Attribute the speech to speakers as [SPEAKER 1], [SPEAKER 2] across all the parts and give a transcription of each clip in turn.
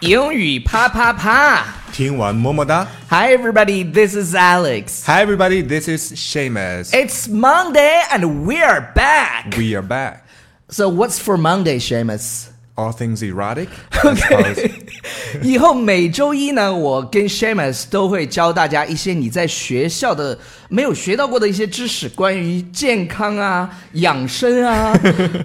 [SPEAKER 1] 英语啪啪啪
[SPEAKER 2] 听完么么哒。
[SPEAKER 1] ！Hi everybody, this is Alex.
[SPEAKER 2] Hi everybody, this is Seamus.
[SPEAKER 1] It's Monday and we are back.
[SPEAKER 2] We are back.
[SPEAKER 1] So what's for Monday, Seamus?
[SPEAKER 2] All things erotic. I suppose.
[SPEAKER 1] 以后每周一呢，我跟 Shamus 都会教大家一些你在学校的没有学到过的一些知识，关于健康啊、养生 啊，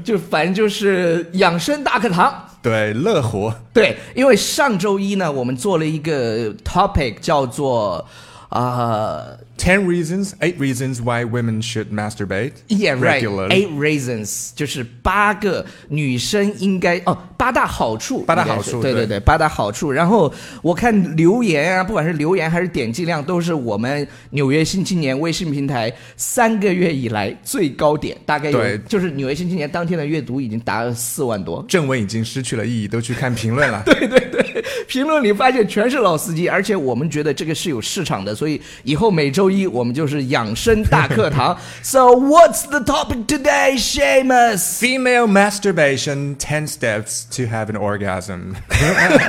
[SPEAKER 1] 就反正就是养生大课堂。
[SPEAKER 2] 对，乐活。
[SPEAKER 1] 对，因为上周一呢，我们做了一个 topic 叫做啊、
[SPEAKER 2] Ten reasons, eight reasons why women should masturbate
[SPEAKER 1] Yeah, right.
[SPEAKER 2] regularly.
[SPEAKER 1] Eight reasons 就是八个女生应该哦，八大好处，
[SPEAKER 2] 八大
[SPEAKER 1] 应该
[SPEAKER 2] 好
[SPEAKER 1] 是
[SPEAKER 2] 处
[SPEAKER 1] 对
[SPEAKER 2] 对
[SPEAKER 1] 对，八大好处。然后我看留言啊，不管是留言还是点击量，都是我们纽约新青年微信平台三个月以来最高点，大概有
[SPEAKER 2] 对
[SPEAKER 1] 就是纽约新青年当天的阅读已经达到四万多。
[SPEAKER 2] 正文已经失去了意义，都去看评 论了。
[SPEAKER 1] 评论里发现全是老司机，而且我们觉得这个是有市场的，所以以后每周一我们就是养生大课堂。so what's the topic today, Shamus?
[SPEAKER 2] Female masturbation: ten steps to have an orgasm.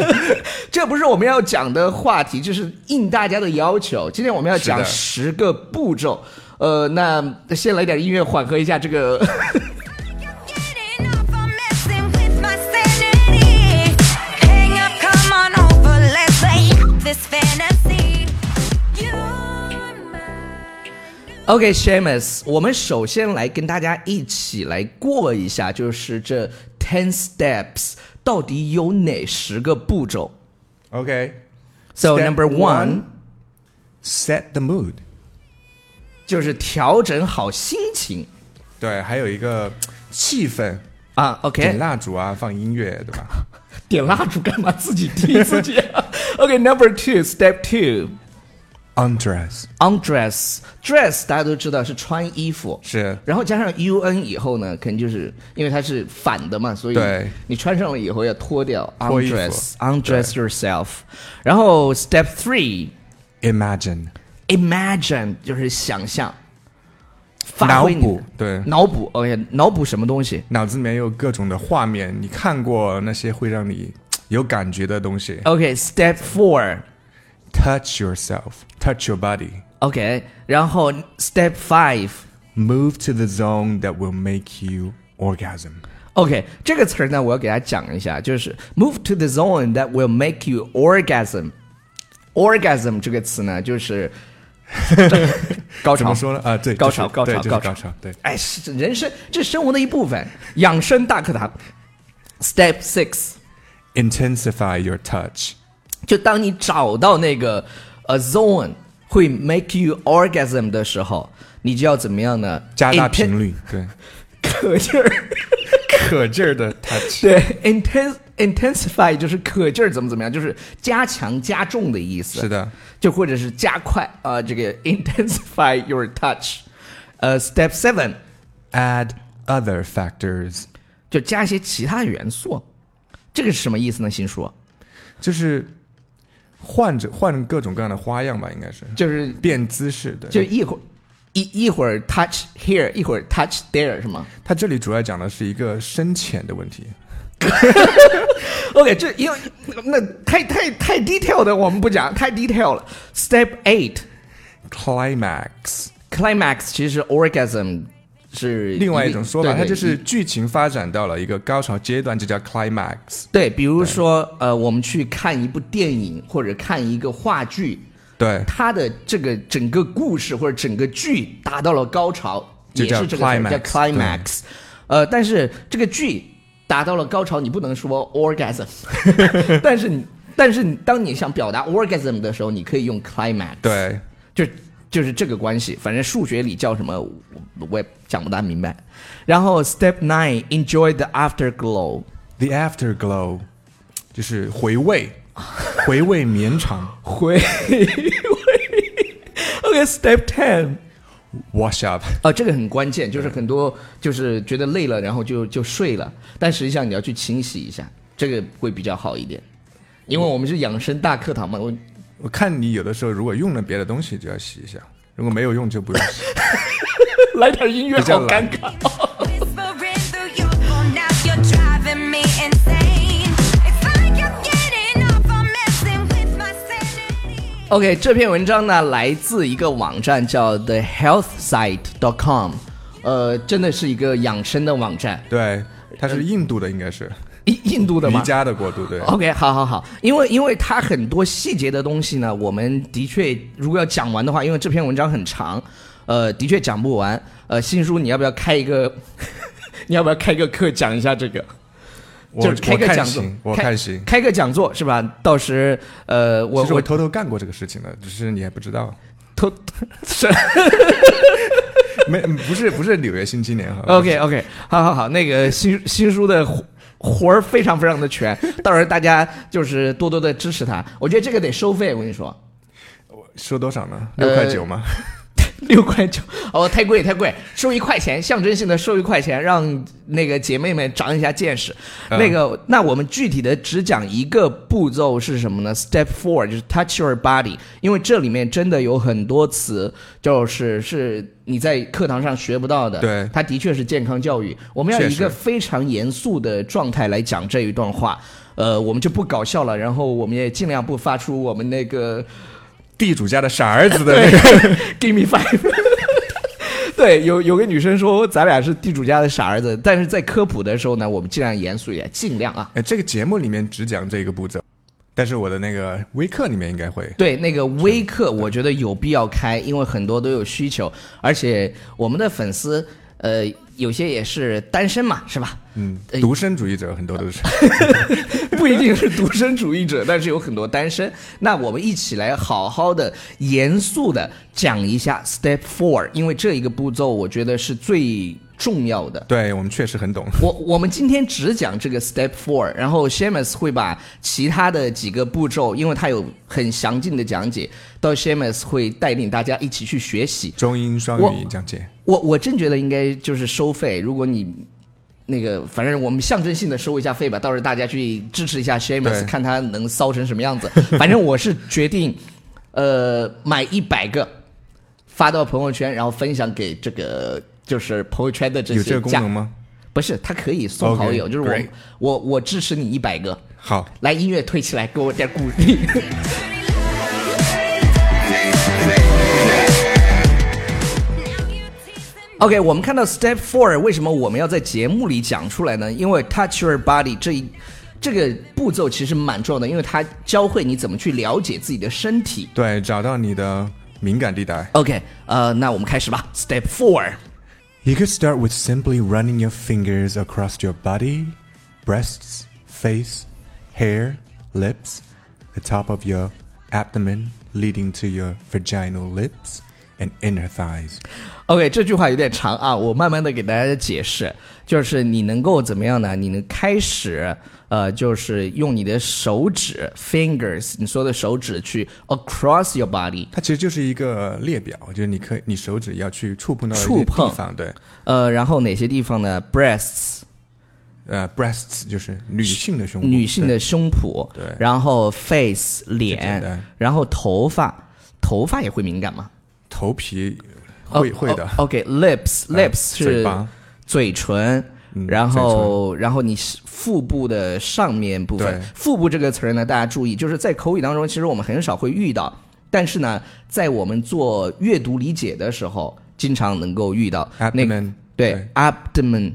[SPEAKER 1] 这不是我们要讲的话题，就是应大家的要求。今天我们要讲十
[SPEAKER 2] 是
[SPEAKER 1] 个步骤，呃，那先来点音乐缓和一下这个。
[SPEAKER 3] Getting off on messing with my sanity. Hang up, come on over, let's lay out this fantasy. You're mine.
[SPEAKER 1] OK，Shamus，、我们首先来跟大家一起来过一下，就是这 ten steps 到底有哪十个步骤
[SPEAKER 2] Okay.
[SPEAKER 1] ？So
[SPEAKER 2] Step
[SPEAKER 1] number one
[SPEAKER 2] one Set the mood.
[SPEAKER 1] 就是调整好心情
[SPEAKER 2] 对，还有一个气氛，
[SPEAKER 1] 啊。OK，
[SPEAKER 2] 点蜡烛啊，放音乐，对吧？
[SPEAKER 1] 点蜡烛干嘛？ 自己踢自己、OK，number、two，step two。
[SPEAKER 2] Undress
[SPEAKER 1] undress dress 大家都知道是穿衣服，
[SPEAKER 2] 是
[SPEAKER 1] 然后加上 un 以后呢，肯定就是因为它是反的嘛，所以
[SPEAKER 2] 对
[SPEAKER 1] 你穿上了以后要脱掉
[SPEAKER 2] 脱衣服
[SPEAKER 1] undress undress yourself，然后 step three
[SPEAKER 2] imagine
[SPEAKER 1] imagine 就是想象，发挥你
[SPEAKER 2] 脑补对
[SPEAKER 1] 脑补 OK 脑补什么东西
[SPEAKER 2] 脑子里面有各种的画面，你看过那些会让你有感觉的东西。
[SPEAKER 1] OK step four
[SPEAKER 2] Touch yourself, touch your body,
[SPEAKER 1] OK 然后 step five
[SPEAKER 2] move to the zone that will make you orgasm.
[SPEAKER 1] OK，这个词儿呢，我要给大家讲一下，就是 move to the zone that will make you orgasm。orgasm 这个词呢，就是 高潮。
[SPEAKER 2] 怎么说呢？啊，对，
[SPEAKER 1] 高潮，
[SPEAKER 2] 就
[SPEAKER 1] 高潮，
[SPEAKER 2] 是对就是
[SPEAKER 1] 高
[SPEAKER 2] 高潮，对。
[SPEAKER 1] 哎，是这人生，这是生活的一部分，养生大课堂。Step six，
[SPEAKER 2] Intensify your touch.
[SPEAKER 1] 就当你找到那个呃 zone 会 make you orgasm 的时候，你就要怎么样呢？
[SPEAKER 2] 加大
[SPEAKER 1] Inten-
[SPEAKER 2] 频率，对，
[SPEAKER 1] 可劲儿。
[SPEAKER 2] 可劲儿的 touch。
[SPEAKER 1] 对，intense intensify 就是可劲儿怎么怎么样，就是加强加重的意思。
[SPEAKER 2] 是的，
[SPEAKER 1] 就或者是加快啊、这个 intensify your touch。呃、s t e p seven
[SPEAKER 2] Add other factors.
[SPEAKER 1] 就加一些其他的元素，这个是什么意思呢？新说
[SPEAKER 2] 就是换着换各种各样的花样吧，应该是
[SPEAKER 1] 就是
[SPEAKER 2] 变姿势的。
[SPEAKER 1] 就一会儿一一会儿 touch here，一会儿 touch there 是吗
[SPEAKER 2] 他这里主要讲的是一个深浅的问题，
[SPEAKER 1] ？OK，这因为那太太太 detail 的我们不讲，太 detail 了。Step eight。
[SPEAKER 2] climax。
[SPEAKER 1] climax 其实是 orgasm 是
[SPEAKER 2] 另外一种说法，
[SPEAKER 1] 对
[SPEAKER 2] 它
[SPEAKER 1] 对
[SPEAKER 2] 就是剧情发展到了一个高潮阶段，就叫 climax。
[SPEAKER 1] 对，比如说呃，我们去看一部电影或者看一个话剧，
[SPEAKER 2] 对，
[SPEAKER 1] 它的这个整个故事或者整个剧达到了高潮，
[SPEAKER 2] 就
[SPEAKER 1] 也
[SPEAKER 2] 叫
[SPEAKER 1] 是这个词儿
[SPEAKER 2] climax，
[SPEAKER 1] 叫 climax。呃，但是这个剧达到了高潮，你不能说 orgasm，但是你但是你当你想表达 orgasm 的时候，你可以用 climax。，
[SPEAKER 2] 对，
[SPEAKER 1] 就就是这个关系，反正数学里叫什么，我我也讲不大明白。然后 step nine enjoy the afterglow，
[SPEAKER 2] The afterglow 就是回 味，回味绵长。
[SPEAKER 1] 回 OK step ten。
[SPEAKER 2] Wash up，
[SPEAKER 1] 哦，这个很关键，就是很多就是觉得累了，然后就就睡了，但实际上你要去清洗一下，这个会比较好一点，因为我们是养生大课堂嘛。我
[SPEAKER 2] 我看你有的时候如果用了别的东西就要洗一下，如果没有用就不用洗。
[SPEAKER 1] 来点音乐，
[SPEAKER 2] 比较
[SPEAKER 1] 好尴
[SPEAKER 2] 懒
[SPEAKER 1] 尬。
[SPEAKER 3] Whispering through your phone, now you're driving me insane. It's like you're getting off
[SPEAKER 1] OK，这篇文章呢来自一个网站叫 TheHealthSite.com，呃，真的是一个养生的网站，
[SPEAKER 2] 对，它是印度的，应该是
[SPEAKER 1] 印印度的
[SPEAKER 2] 瑜
[SPEAKER 1] 吗？哦
[SPEAKER 2] 伽的国度，对。
[SPEAKER 1] OK，好好好，因为因为它很多细节的东西呢，我们的确如果要讲完的话，因为这篇文章很长，呃，的确讲不完。呃，新叔，你要不要开一个？ 你要不要开个课讲一下这个？
[SPEAKER 2] 我
[SPEAKER 1] 就是开
[SPEAKER 2] 我
[SPEAKER 1] 个
[SPEAKER 2] 看
[SPEAKER 1] 讲座
[SPEAKER 2] 行，，我
[SPEAKER 1] 开
[SPEAKER 2] 看行。
[SPEAKER 1] 开个讲座是吧？到时呃，我
[SPEAKER 2] 其实我
[SPEAKER 1] 我
[SPEAKER 2] 偷偷干过这个事情的，只是你还不知道。
[SPEAKER 1] 偷是
[SPEAKER 2] 没，不是不是纽约新青年哈。
[SPEAKER 1] OK OK，好好好，那个新新书的活活儿非常非常的全，到时候大家就是多多的支持他。我觉得这个得收费，我跟你说，
[SPEAKER 2] 收多少呢？
[SPEAKER 1] 呃
[SPEAKER 2] 六块九 吗？
[SPEAKER 1] 六块九哦，太贵太贵，收一块钱，象征性的收一块钱，让那个姐妹们长一下见识。
[SPEAKER 2] 嗯
[SPEAKER 1] 那个，那我们具体的只讲一个步骤是什么呢？Step four 就是 touch your body，因为这里面真的有很多词，就是是你在课堂上学不到的。
[SPEAKER 2] 对
[SPEAKER 1] 它的确是健康教育。我们要以一
[SPEAKER 2] 确实
[SPEAKER 1] 个非常严肃的状态来讲这一段话。呃，我们就不搞笑了，然后我们也尽量不发出我们那个
[SPEAKER 2] 地主家的傻儿子的那个
[SPEAKER 1] Give me five 。 对，有有个女生说咱俩是地主家的傻儿子，但是在科普的时候呢，我们尽量严肃一点，尽量啊。
[SPEAKER 2] 哎，这个节目里面只讲这个步骤，但是我的那个微课里面应该会。
[SPEAKER 1] 对，那个微课我觉得有必要开，因为很多都有需求，而且我们的粉丝呃有些也是单身嘛，是吧？
[SPEAKER 2] 嗯
[SPEAKER 1] 哎，
[SPEAKER 2] 独身主义者很 多都是。
[SPEAKER 1] 不一定是独身主义者，但是有很多单身。那我们一起来好好的、严肃的讲一下 Step Four，因为这一个步骤我觉得是最重要的。
[SPEAKER 2] 对我们确实很懂。
[SPEAKER 1] 我我们今天只讲这个 step four，然后 Shamus 会把其他的几个步骤，因为他有很详尽的讲解，到 Shamus 会带领大家一起去学习。
[SPEAKER 2] 中英双语
[SPEAKER 1] 我
[SPEAKER 2] 讲解，
[SPEAKER 1] 我我真觉得应该就是收费，如果你那个，反正我们象征性的收一下费吧，到时候大家去支持一下 Shamus，
[SPEAKER 2] 对
[SPEAKER 1] 看他能骚成什么样子。反正我是决定，呃，买一百个，发到朋友圈，然后分享给这个就是朋友圈的这
[SPEAKER 2] 有这
[SPEAKER 1] 些
[SPEAKER 2] 个功
[SPEAKER 1] 家
[SPEAKER 2] 能吗？
[SPEAKER 1] 不是，他可以送好友
[SPEAKER 2] OK，
[SPEAKER 1] 就是我
[SPEAKER 2] great
[SPEAKER 1] 我我支持你一百个，
[SPEAKER 2] 好，
[SPEAKER 1] 来音乐推起来，给我点鼓励。OK，我们看到 Step Four，为什么我们要在节目里讲出来呢？因为 Touch Your Body 这一这个步骤其实蛮重要的，因为它教会你怎么去了解自己的身体。
[SPEAKER 2] 对，找到你的敏感地带。
[SPEAKER 1] OK，呃，那我们开始吧，Step Four。
[SPEAKER 2] You could start with simply running your fingers across your body, breasts, face, hair, lips, the top of your abdomen, leading to your vaginal lips and inner thighs.
[SPEAKER 1] OK，这句话有点长啊，我慢慢的给大家解释，就是你能够怎么样呢？你能开始，呃，就是用你的手指 fingers，你说的手指去 across your body，
[SPEAKER 2] 它其实就是一个列表，就是你可以你手指要去触碰到的一
[SPEAKER 1] 触
[SPEAKER 2] 些
[SPEAKER 1] 碰
[SPEAKER 2] 地方，对，
[SPEAKER 1] 呃，然后哪些地方呢？breasts，
[SPEAKER 2] 呃，breasts 就是女性的胸部，
[SPEAKER 1] 女性的胸脯，
[SPEAKER 2] 嗯对
[SPEAKER 1] 然后 face
[SPEAKER 2] 简
[SPEAKER 1] 脸
[SPEAKER 2] 单，
[SPEAKER 1] 然后头发，头发也会敏感吗？
[SPEAKER 2] 对头皮会、
[SPEAKER 1] 哦
[SPEAKER 2] 会的，
[SPEAKER 1] 哦 OK，lips
[SPEAKER 2] 啊
[SPEAKER 1] lips
[SPEAKER 2] 嘴
[SPEAKER 1] 是
[SPEAKER 2] 巴
[SPEAKER 1] 嘴唇，
[SPEAKER 2] 嗯
[SPEAKER 1] 然后然后你是腹部的上面部分
[SPEAKER 2] 对，
[SPEAKER 1] 腹部这个词儿呢，大家注意，就是在口语当中，其实我们很少会遇到，但是呢，在我们做阅读理解的时候，经常能够遇到那个
[SPEAKER 2] abdomen，
[SPEAKER 1] 对 abdomen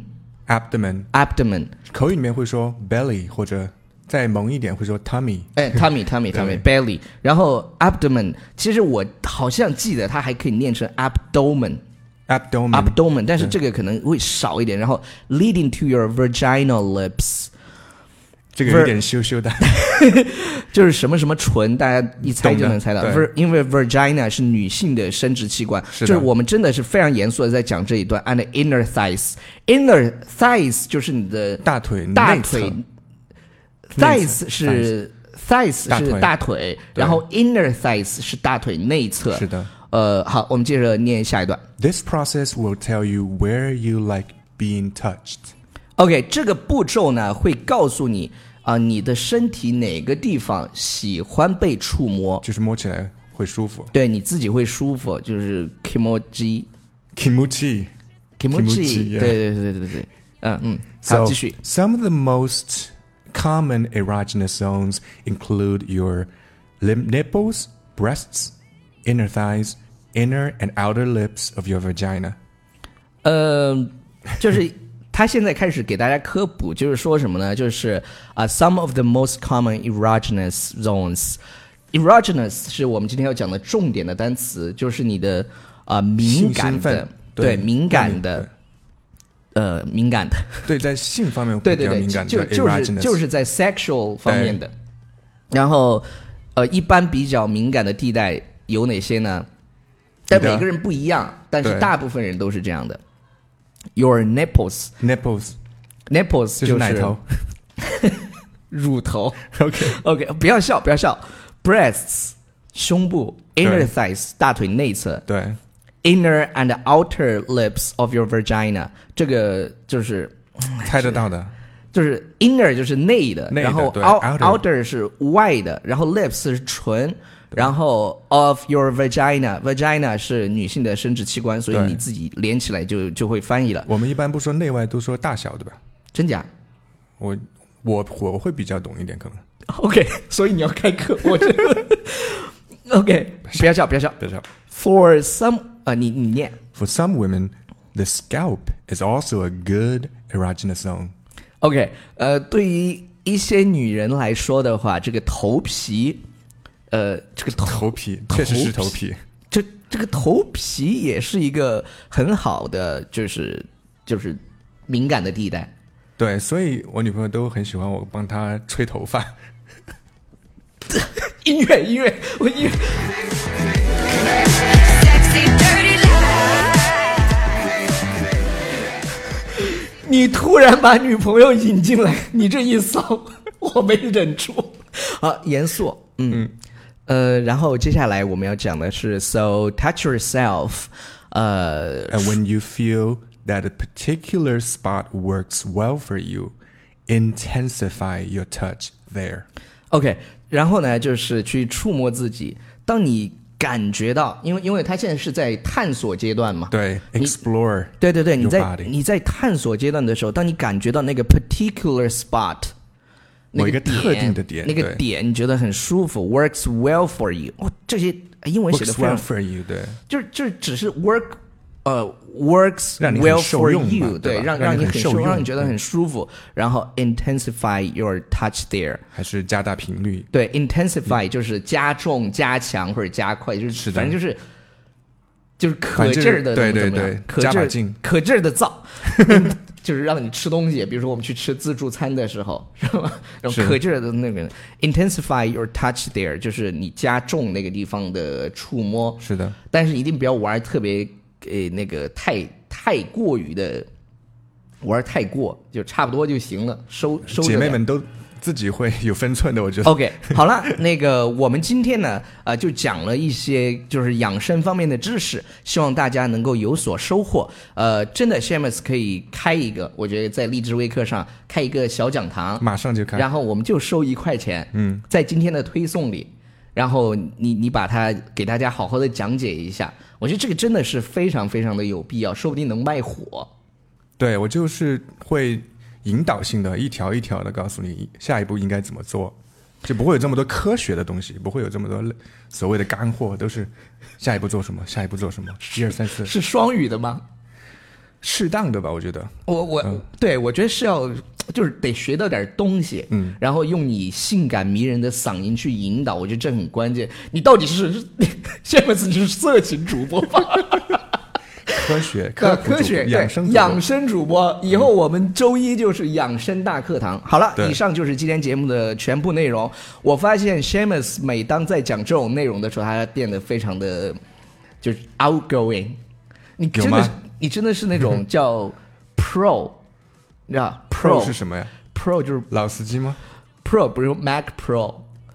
[SPEAKER 2] ，abdomen，
[SPEAKER 1] abdomen，
[SPEAKER 2] 口语里面会说 belly，或者再萌一点会说 tummy。
[SPEAKER 1] 哎，tummy tummy tummy
[SPEAKER 2] 对
[SPEAKER 1] belly，然后 abdomen，其实我好像记得它还可以念成 abdomen。
[SPEAKER 2] abdomen
[SPEAKER 1] abdomen，但是这个可能会少一点。然后 leading to your vaginal lips，
[SPEAKER 2] 这个
[SPEAKER 1] ver-
[SPEAKER 2] 有点羞羞的，
[SPEAKER 1] 就是什么什么唇，大家一猜就能猜到。
[SPEAKER 2] 懂的
[SPEAKER 1] Vir- 因为 vagina 是女性的生殖器官，
[SPEAKER 2] 是的
[SPEAKER 1] 就是我们真的是非常严肃的在讲这一段。And inner thighs，inner thighs 就是你的
[SPEAKER 2] 大腿
[SPEAKER 1] 大
[SPEAKER 2] 内侧
[SPEAKER 1] 腿
[SPEAKER 2] 内
[SPEAKER 1] ，thighs
[SPEAKER 2] 侧
[SPEAKER 1] 是 thighs
[SPEAKER 2] 大
[SPEAKER 1] 是
[SPEAKER 2] 腿
[SPEAKER 1] 大腿，
[SPEAKER 2] 对
[SPEAKER 1] 然后 inner thighs 是大腿内侧。
[SPEAKER 2] 是的。
[SPEAKER 1] 呃，好，我们接着念下一段。
[SPEAKER 2] This process will tell you where you like being touched.
[SPEAKER 1] OK，这个步骤呢会告诉你啊、你的身体哪个地方喜欢被触摸，
[SPEAKER 2] 就是摸起来会舒服。
[SPEAKER 1] 对你自己会舒服，就是 kimoji
[SPEAKER 2] Kimuchi.
[SPEAKER 1] kimoji，对
[SPEAKER 2] yeah
[SPEAKER 1] 对对对对，嗯嗯，好，
[SPEAKER 2] So
[SPEAKER 1] 继续。
[SPEAKER 2] some of the most common erogenous zones include your lim- nipples, breasts, inner thighs, inner and outer lips of your vagina.
[SPEAKER 1] 呃，就是他现在开始给大家科普，就是说什么呢？就是啊、s o m e of the most common erogenous zones。erogenous 是我们今天要讲的重点的单词，就是你的啊、敏感
[SPEAKER 2] 兴奋
[SPEAKER 1] 的，
[SPEAKER 2] 对
[SPEAKER 1] 敏感的，呃，敏感的，对对对，就
[SPEAKER 2] 对，在性方面会比较敏感，叫
[SPEAKER 1] 就是就是在 sexual 方面
[SPEAKER 2] 哎
[SPEAKER 1] 的。然后，呃，一般比较敏感的地带有哪些呢？但
[SPEAKER 2] 你的
[SPEAKER 1] 每个人不一样，但是
[SPEAKER 2] 对
[SPEAKER 1] 大部分人都是这样的。Your nipples,
[SPEAKER 2] nipples
[SPEAKER 1] nipples 就
[SPEAKER 2] 就是奶头。
[SPEAKER 1] 乳头。
[SPEAKER 2] OK
[SPEAKER 1] OK，不要笑，不要笑。Breasts，胸部；inner
[SPEAKER 2] 对
[SPEAKER 1] thighs，大腿内侧
[SPEAKER 2] 对
[SPEAKER 1] ；inner and outer lips of your vagina，这个就是
[SPEAKER 2] 猜得到的
[SPEAKER 1] 就是 inner 就是内的，
[SPEAKER 2] 内的
[SPEAKER 1] 然后
[SPEAKER 2] 对
[SPEAKER 1] out
[SPEAKER 2] outer
[SPEAKER 1] outer 是外的，然后 lips 是唇，然后 of your vagina vagina 是女性的生殖器官，所以
[SPEAKER 2] 对
[SPEAKER 1] 你自己连起来就就会翻译了，
[SPEAKER 2] 我们一般不说内外都说大小对吧我我我会比较懂一点可
[SPEAKER 1] 真
[SPEAKER 2] 能
[SPEAKER 1] 假？OK，所以 你要开课，我觉得 OK，不要笑，不要笑。For some 啊、你你念
[SPEAKER 2] uh, For some women, the scalp is also a good erogenous zone.
[SPEAKER 1] OK，呃，对于一些女人来说的话，这个头皮，呃，这个头
[SPEAKER 2] 头皮确实是头皮，
[SPEAKER 1] 这这个头皮也是一个很好的，就是就是敏感的地带。
[SPEAKER 2] 对，所以我女朋友都很喜欢我帮她吹头发。
[SPEAKER 1] 音乐，音乐，我音乐。
[SPEAKER 3] Sexy, dirty lies.
[SPEAKER 1] 你突然把女朋友引进来，你这一骚，我没忍住。好，严肃，嗯，呃，然后接下来我们要讲的是，so touch yourself，呃，
[SPEAKER 2] And when you feel that a particular spot works well for you, intensify your touch there.
[SPEAKER 1] OK，然后呢，就是去触摸自己。当你感觉到，因为因为他现在是在探索阶段嘛，
[SPEAKER 2] 对，explore，
[SPEAKER 1] 对对对，你
[SPEAKER 2] your
[SPEAKER 1] 在
[SPEAKER 2] body
[SPEAKER 1] 你在探索阶段的时候，当你感觉到那个 particular spot，那
[SPEAKER 2] 某一个特定的
[SPEAKER 1] 点，
[SPEAKER 2] 点
[SPEAKER 1] 那个
[SPEAKER 2] 对
[SPEAKER 1] 点你觉得很舒服，works well for you。哇，这些英文写的
[SPEAKER 2] works
[SPEAKER 1] 非常
[SPEAKER 2] well for you，对，
[SPEAKER 1] 就是就是只是 work 呃 works
[SPEAKER 2] 让你很
[SPEAKER 1] well
[SPEAKER 2] 受
[SPEAKER 1] for
[SPEAKER 2] 用嘛
[SPEAKER 1] you，
[SPEAKER 2] 对吧
[SPEAKER 1] 让
[SPEAKER 2] 让你
[SPEAKER 1] 你
[SPEAKER 2] 很
[SPEAKER 1] 很
[SPEAKER 2] 受
[SPEAKER 1] 受，
[SPEAKER 2] 用
[SPEAKER 1] 让你觉得很舒服，然后 intensify your touch there。
[SPEAKER 2] 还是加大频率，
[SPEAKER 1] 对，intensify 就是加重、加强或者加快，就是
[SPEAKER 2] 嗯是的
[SPEAKER 1] 反正就是就是可
[SPEAKER 2] 反正
[SPEAKER 1] 劲儿的，
[SPEAKER 2] 对
[SPEAKER 1] 怎么
[SPEAKER 2] 对
[SPEAKER 1] 怎么样
[SPEAKER 2] 对
[SPEAKER 1] 可
[SPEAKER 2] 加
[SPEAKER 1] 劲
[SPEAKER 2] 把
[SPEAKER 1] 儿
[SPEAKER 2] 劲
[SPEAKER 1] 可劲儿的造， 就是让你吃东西，比如说我们去吃自助餐的时候， 是吧？然后
[SPEAKER 2] 是
[SPEAKER 1] 可劲儿的那个 intensify your touch there，就是你加重那个地方的触摸，
[SPEAKER 2] 是的，
[SPEAKER 1] 但是一定不要玩儿特别呃那个太太过于的。玩儿太过就差不多就行了，收收着
[SPEAKER 2] 姐妹
[SPEAKER 1] 点。
[SPEAKER 2] 们都自己会有分寸的，我觉得。
[SPEAKER 1] OK，好了，那个我们今天呢，呃，就讲了一些就是养生方面的知识，希望大家能够有所收获。呃，真的，Shamus 可以开一个，我觉得在励志微课上开一个小讲堂，
[SPEAKER 2] 马上就开，
[SPEAKER 1] 然后我们就收一块钱，嗯，在今天的推送里，然后你你把它给大家好好的讲解一下，我觉得这个真的是非常非常的有必要，说不定能卖火。
[SPEAKER 2] 对我就是会引导性的，一条一条的告诉你下一步应该怎么做，就不会有这么多科学的东西，不会有这么多类所谓的干货，都是下一步做什么，下一步做什么，一二三四，
[SPEAKER 1] 是双语的吗？
[SPEAKER 2] 适当的吧，我觉得。
[SPEAKER 1] 我我、对我觉得是要就是得学到点东西，嗯，然后用你性感迷人的嗓音去引导，我觉得这很关键。你到底是 下面是你是色情主播吧？
[SPEAKER 2] 科学、科普主
[SPEAKER 1] 呃科学对
[SPEAKER 2] 养生主
[SPEAKER 1] 养生主播，以后我们周一就是养生大课堂。好了，
[SPEAKER 2] 对
[SPEAKER 1] 以上就是今天节目的全部内容。我发现 Shamus 每当在讲这种内容的时候，他变得非常的就是 outgoing。你真
[SPEAKER 2] 有
[SPEAKER 1] 的
[SPEAKER 2] 吗
[SPEAKER 1] 是，你真的是那种 叫 pro，你知道
[SPEAKER 2] pro 是什么呀？
[SPEAKER 1] pro 就是
[SPEAKER 2] 老司机吗？
[SPEAKER 1] Pro，比如 Mac Pro，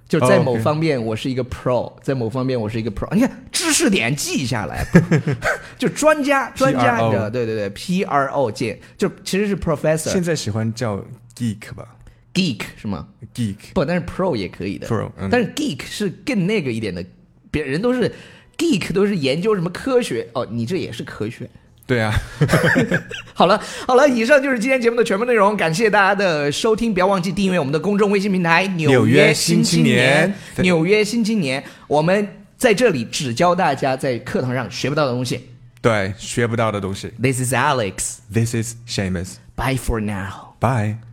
[SPEAKER 1] 就
[SPEAKER 2] 哦
[SPEAKER 1] 在
[SPEAKER 2] ，OK
[SPEAKER 1] 某方面我是一个 Pro，、在某方面我是一个 Pro。你看知识点记下来， 就专家专家，
[SPEAKER 2] PRO
[SPEAKER 1] 你知道？对对对，P R O 键，就其实是 Professor
[SPEAKER 2] 现在喜欢叫 geek 吧
[SPEAKER 1] Geek 是吗？
[SPEAKER 2] ，geek
[SPEAKER 1] 不，但是 Pro 也可以的。
[SPEAKER 2] Pro，嗯
[SPEAKER 1] 但是 Geek 是更那个一点的，别人都是 Geek 都是研究什么科学哦，你这也是科学。
[SPEAKER 2] 对啊，
[SPEAKER 1] 好了，好了，以上就是今天节目的全部内容，感谢大家的收听，不要忘记订阅我们的公众微信平台《纽
[SPEAKER 2] 纽约
[SPEAKER 1] 新
[SPEAKER 2] 新
[SPEAKER 1] 青
[SPEAKER 2] 青
[SPEAKER 1] 年
[SPEAKER 2] 年》。
[SPEAKER 1] 纽约新青年，我们在这里只教大家在课堂上学不到的东西。
[SPEAKER 2] 对，学不到的东西。
[SPEAKER 1] This is Alex.
[SPEAKER 2] This is Seamus.
[SPEAKER 1] Bye for now.
[SPEAKER 2] Bye.